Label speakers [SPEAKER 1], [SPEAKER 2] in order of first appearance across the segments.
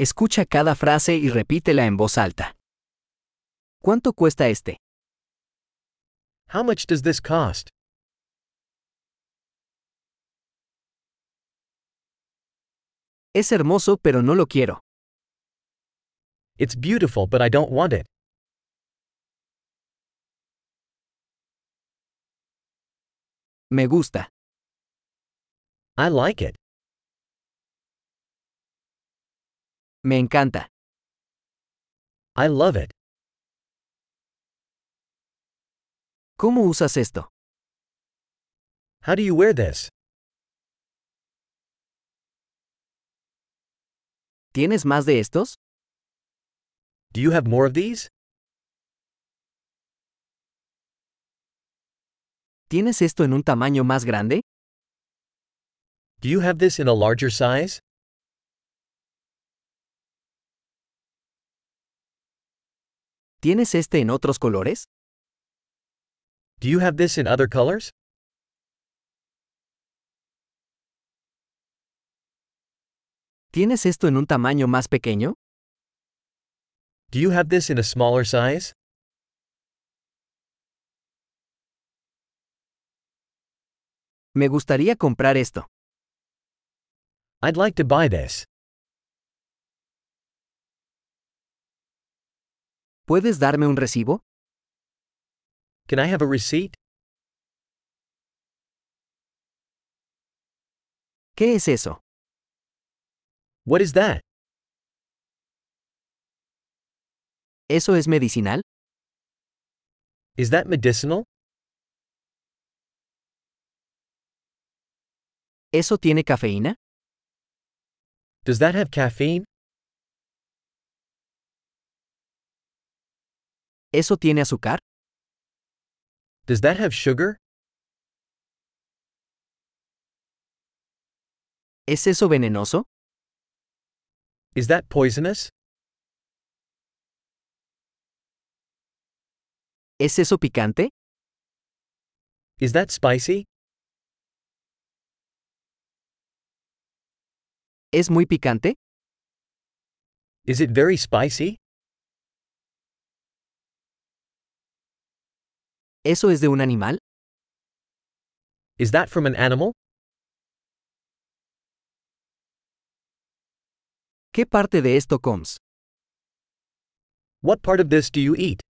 [SPEAKER 1] Escucha cada frase y repítela en voz alta. ¿Cuánto cuesta este?
[SPEAKER 2] How much does this cost?
[SPEAKER 1] Es hermoso pero no lo quiero.
[SPEAKER 2] It's beautiful, but I don't want it.
[SPEAKER 1] Me gusta.
[SPEAKER 2] I like it.
[SPEAKER 1] Me encanta.
[SPEAKER 2] I love it.
[SPEAKER 1] ¿Cómo usas esto?
[SPEAKER 2] How do you wear this?
[SPEAKER 1] ¿Tienes más de estos?
[SPEAKER 2] Do you have more of these?
[SPEAKER 1] ¿Tienes esto en un tamaño más grande?
[SPEAKER 2] Do you have this in a larger size?
[SPEAKER 1] ¿Tienes este en otros colores?
[SPEAKER 2] Do you have this in other colors?
[SPEAKER 1] ¿Tienes esto en un tamaño más pequeño?
[SPEAKER 2] Do you have this in a smaller size?
[SPEAKER 1] Me gustaría comprar esto.
[SPEAKER 2] I'd like to buy this.
[SPEAKER 1] ¿Puedes darme un recibo?
[SPEAKER 2] Can I have a receipt?
[SPEAKER 1] ¿Qué es eso?
[SPEAKER 2] What is that?
[SPEAKER 1] ¿Eso es medicinal?
[SPEAKER 2] Is that medicinal?
[SPEAKER 1] ¿Eso tiene cafeína?
[SPEAKER 2] Does that have caffeine?
[SPEAKER 1] ¿Eso tiene azúcar?
[SPEAKER 2] Does that have sugar?
[SPEAKER 1] ¿Es eso venenoso?
[SPEAKER 2] Is that poisonous?
[SPEAKER 1] ¿Es eso picante?
[SPEAKER 2] Is that spicy?
[SPEAKER 1] ¿Es muy picante?
[SPEAKER 2] Is it very spicy?
[SPEAKER 1] ¿Eso es de un animal?
[SPEAKER 2] Is that from an animal?
[SPEAKER 1] ¿Qué parte de esto comes?
[SPEAKER 2] What part of this do you eat?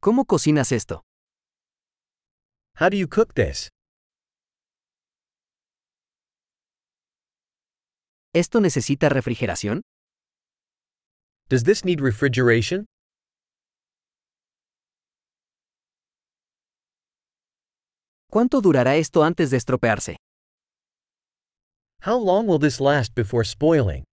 [SPEAKER 1] ¿Cómo cocinas esto?
[SPEAKER 2] How do you cook this?
[SPEAKER 1] ¿Esto necesita refrigeración?
[SPEAKER 2] Does this need refrigeration?
[SPEAKER 1] ¿Cuánto durará esto antes de estropearse?
[SPEAKER 2] How long will this last before spoiling?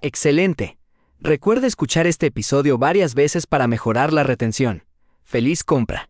[SPEAKER 1] Excelente. Recuerda escuchar este episodio varias veces para mejorar la retención. ¡Feliz compra!